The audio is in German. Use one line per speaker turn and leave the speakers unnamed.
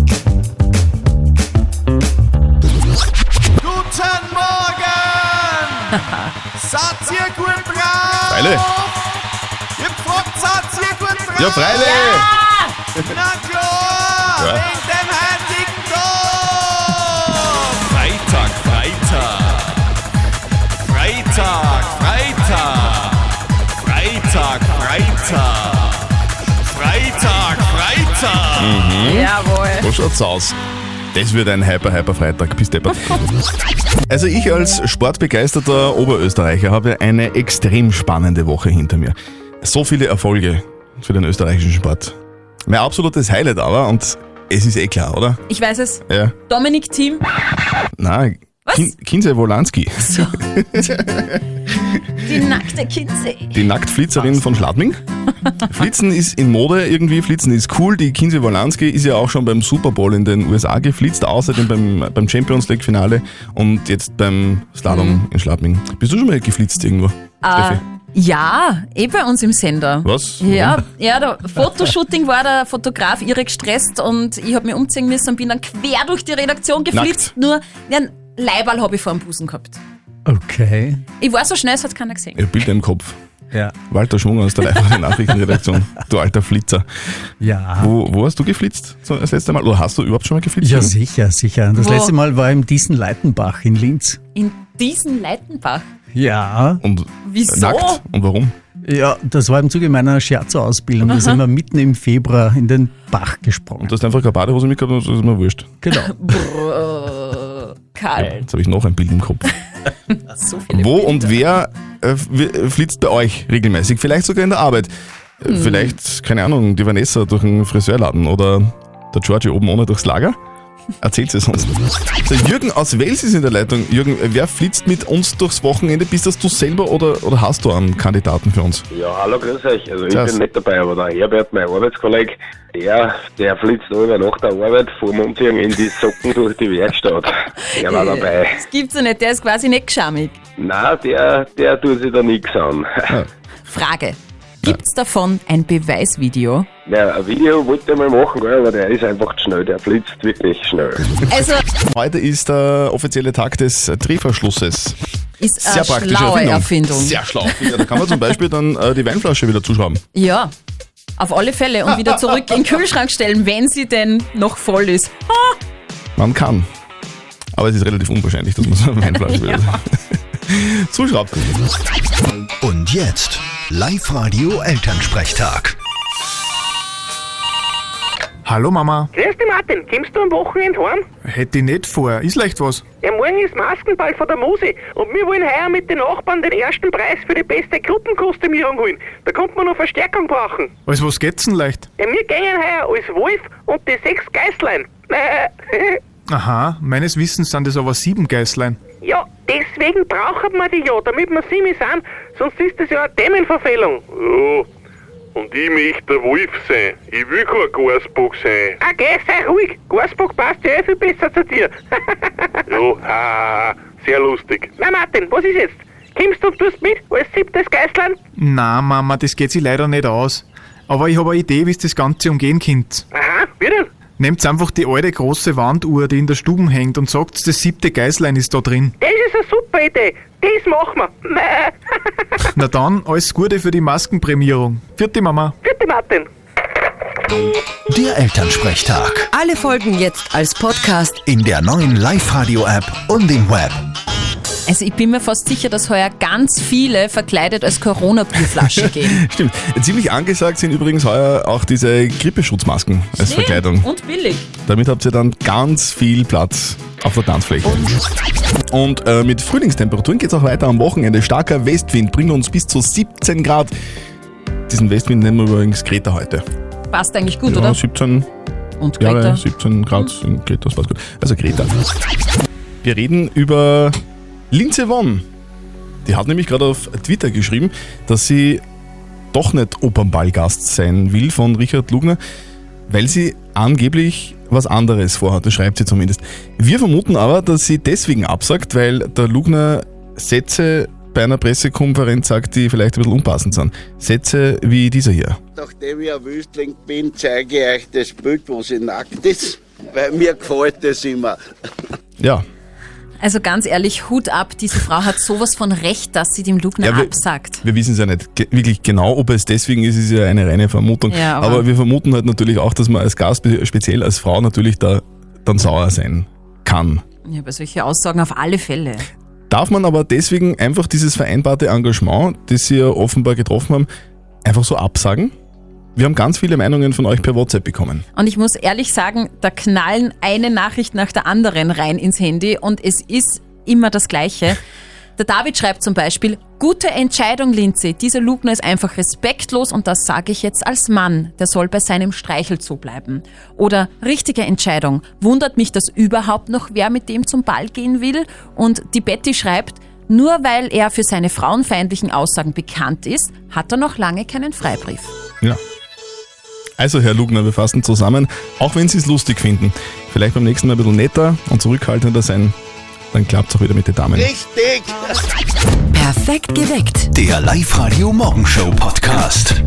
Freile!
Na klar,
Ja.
wegen dem heutigen Tag. Freitag, Freitag. Freitag, Freitag. Freitag, Freitag. Freitag, Freitag.
Jawohl.
So schaut's aus. Das wird ein Hyper-Hyper-Freitag. Bis deppert. Also ich als sportbegeisterter Oberösterreicher habe eine extrem spannende Woche hinter mir. So viele Erfolge für den österreichischen Sport. Mein absolutes Highlight aber, und es ist eh klar, oder?
Ich weiß es.
Ja.
Dominik Thiem.
Na,
Was?
Kin Kinse Wolanski,
Die
Genau.
nackte Kitze.
die Nacktflitzerin von Schladming. Flitzen ist in Mode irgendwie, Flitzen ist cool. Die Kinsey Wolanski ist ja auch schon beim Super Bowl in den USA geflitzt, außerdem beim, beim Champions League Finale und jetzt beim Slalom in Schladming. Bist du schon mal geflitzt irgendwo?
Ah,
Steffi?
ja, eh bei uns im Sender.
Was?
Ja, ja, der Fotoshooting war der Fotograf irre gestresst und ich habe mich umziehen müssen und bin dann quer durch die Redaktion geflitzt.
Nackt.
Nur ja, einen Leiberl habe ich vor dem Busen gehabt.
Okay.
Ich war so schnell, es hat keiner gesehen.
Ja, Bilder im Kopf.
Ja.
Walter Schwung aus der Leipziger Nachrichtenredaktion. Du alter Flitzer.
Ja.
Wo, wo hast du geflitzt so das letzte Mal? Oder hast du überhaupt schon mal geflitzt? Hm?
Ja, sicher, sicher. Das
Wo?
letzte Mal war im Diesen-Leitenbach in Linz.
In diesen Leitenbach.
Ja.
Und
Wieso?
nackt? Und warum?
Ja, das war im Zuge meiner Scherzo-Ausbildung. Da sind wir mitten im Februar in den Bach gesprungen.
Und du hast einfach keine Badehose mitgehabt und das ist mir wurscht.
Genau.
Brrr, kalt.
Jetzt habe ich noch ein Bild im Kopf.
Äh, So viele
Wo
Bilder.
und wer äh, w- äh, flitzt bei euch regelmäßig? Vielleicht sogar in der Arbeit. Äh,
Hm.
Vielleicht, keine Ahnung, die Vanessa durch einen Friseurladen oder der Georgie oben ohne durchs Lager? Erzählt sie sonst. So, Jürgen aus Wels ist in der Leitung. Jürgen, äh, wer flitzt mit uns durchs Wochenende? Bist das du selber oder, oder hast du einen Kandidaten für uns?
Ja, hallo, grüß euch. Also ich
Servus.
bin nicht dabei, aber der Herbert, mein Arbeitskollege, der, der flitzt alle nach der Arbeit vorm Umziehen in die Socken durch die Werkstatt. Der war dabei.
Das gibt's ja nicht, der ist quasi nicht geschamig.
Nein, der, der tut sich da nichts an.
Frage. Gibt's davon ein Beweisvideo?
Ja, ein Video wollte er mal machen, gell, aber der ist einfach zu schnell, der flitzt wirklich schnell.
Also
Heute ist der offizielle Tag des äh, Drehverschlusses.
ist
Sehr
eine
praktische
Äh, schlaue
Erfindung.
Erfindung.
Sehr schlau. Ja, da kann man zum Beispiel dann äh, die Weinflasche wieder zuschrauben.
Ja, auf alle Fälle. Und wieder zurück in den Kühlschrank stellen, wenn sie denn noch voll ist.
Man kann. Aber es ist relativ unwahrscheinlich, dass man so einen Weinflasch will. Zuschraubt.
Und jetzt Live-Radio Elternsprechtag.
Hallo Mama,
Grüß dich, Martin. Kommst du am Wochenende heim?
hätte ich nicht vor. Ist leicht was?
Ja, morgen ist Maskenball von der Musi und wir wollen heuer mit den Nachbarn den ersten Preis für die beste Gruppenkostümierung holen. Da kommt man noch Verstärkung brauchen.
Als was geht's denn leicht?
Ja, wir gehen heuer als Wolf und die sechs Geißlein. Äh,
Aha, meines Wissens sind es aber sieben Geißlein.
ja, deswegen brauchen wir die ja, damit wir Simi sind, sonst ist das ja eine Themenverfehlung.
Ja, und ich möchte der Wolf sein. Ich will kein Gasbock sein.
Ah, geh, sei ruhig. Garsburg passt ja eh viel besser zu dir.
Ja, ha, ha, sehr lustig.
Na, Martin, was ist jetzt? Kommst du und tust mit als siebtes Geißlein?
Na Mama, das geht sich leider nicht aus. Aber ich habe eine Idee, wie ihr das Ganze umgehen könnt.
Aha, wie denn?
Nehmt einfach die alte große Wanduhr, die in der Stube hängt, und sagt, das siebte Geißlein ist da drin.
Das ist eine super Idee. Das machen wir. Mäh.
Na dann, alles Gute für die Maskenprämierung. Vierte Mama.
Bitte, Martin.
Der Elternsprechtag.
Alle Folgen jetzt als Podcast.
In der neuen Live-Radio-App und im Web.
Also ich bin mir fast sicher, dass heuer ganz viele verkleidet als Corona-Bierflasche gehen.
Stimmt. Ziemlich angesagt sind übrigens heuer auch diese Grippeschutzmasken als Verkleidung.
Und billig.
Damit habt ihr dann ganz viel Platz auf der Tanzfläche. Und äh, mit Frühlingstemperaturen geht's auch weiter am Wochenende. Starker Westwind bringt uns bis zu 17 Grad. Diesen Westwind nennen wir übrigens Greta heute.
Passt eigentlich gut,
ja,
oder?
17
Und
Jahre,
Greta.
17 Grad in Greta, das passt gut. Also Greta. Wir reden über Linze Won. Die hat nämlich gerade auf Twitter geschrieben, dass sie doch nicht Opernballgast sein will von Richard Lugner, weil sie angeblich was anderes vorhat, das schreibt sie zumindest. Wir vermuten aber, dass sie deswegen absagt, weil der Lugner Sätze bei einer Pressekonferenz sagt, die vielleicht ein bisschen unpassend sind. Sätze wie dieser hier.
Nachdem ich ein Wüstling bin, zeige ich euch das Bild, wo sie nackt ist. Weil mir gefällt das immer.
Ja,
Also ganz ehrlich, Hut ab, diese Frau hat sowas von Recht, dass sie dem Lugner
Ja, wir-
absagt.
Wir wissen es ja nicht ge- wirklich genau, ob es deswegen ist, ist ja eine reine Vermutung.
Ja,
aber,
aber-
wir vermuten halt natürlich auch, dass man als Gast, spe- speziell als Frau, natürlich da dann sauer sein kann.
Ja, bei solchen Aussagen auf alle Fälle.
Darf man aber deswegen einfach dieses vereinbarte Engagement, das Sie ja offenbar getroffen haben, einfach so absagen? Wir haben ganz viele Meinungen von euch per WhatsApp bekommen.
Und ich muss ehrlich sagen, da knallen eine Nachricht nach der anderen rein ins Handy und es ist immer das Gleiche. Der David schreibt zum Beispiel, gute Entscheidung, Lindsay. Dieser Lugner ist einfach respektlos und das sage ich jetzt als Mann. Der soll bei seinem Streichel zubleiben. Oder richtige Entscheidung. Wundert mich das überhaupt noch, wer mit dem zum Ball gehen will? Und die Betty schreibt, nur weil er für seine frauenfeindlichen Aussagen bekannt ist, hat er noch lange keinen Freibrief.
Ja. Also, Herr Lugner, wir fassen zusammen, auch wenn Sie es lustig finden. Vielleicht beim nächsten Mal ein bisschen netter und zurückhaltender sein, dann klappt es auch wieder mit den Damen.
Richtig!
Perfekt geweckt.
Der Live-Radio Morgenshow Podcast.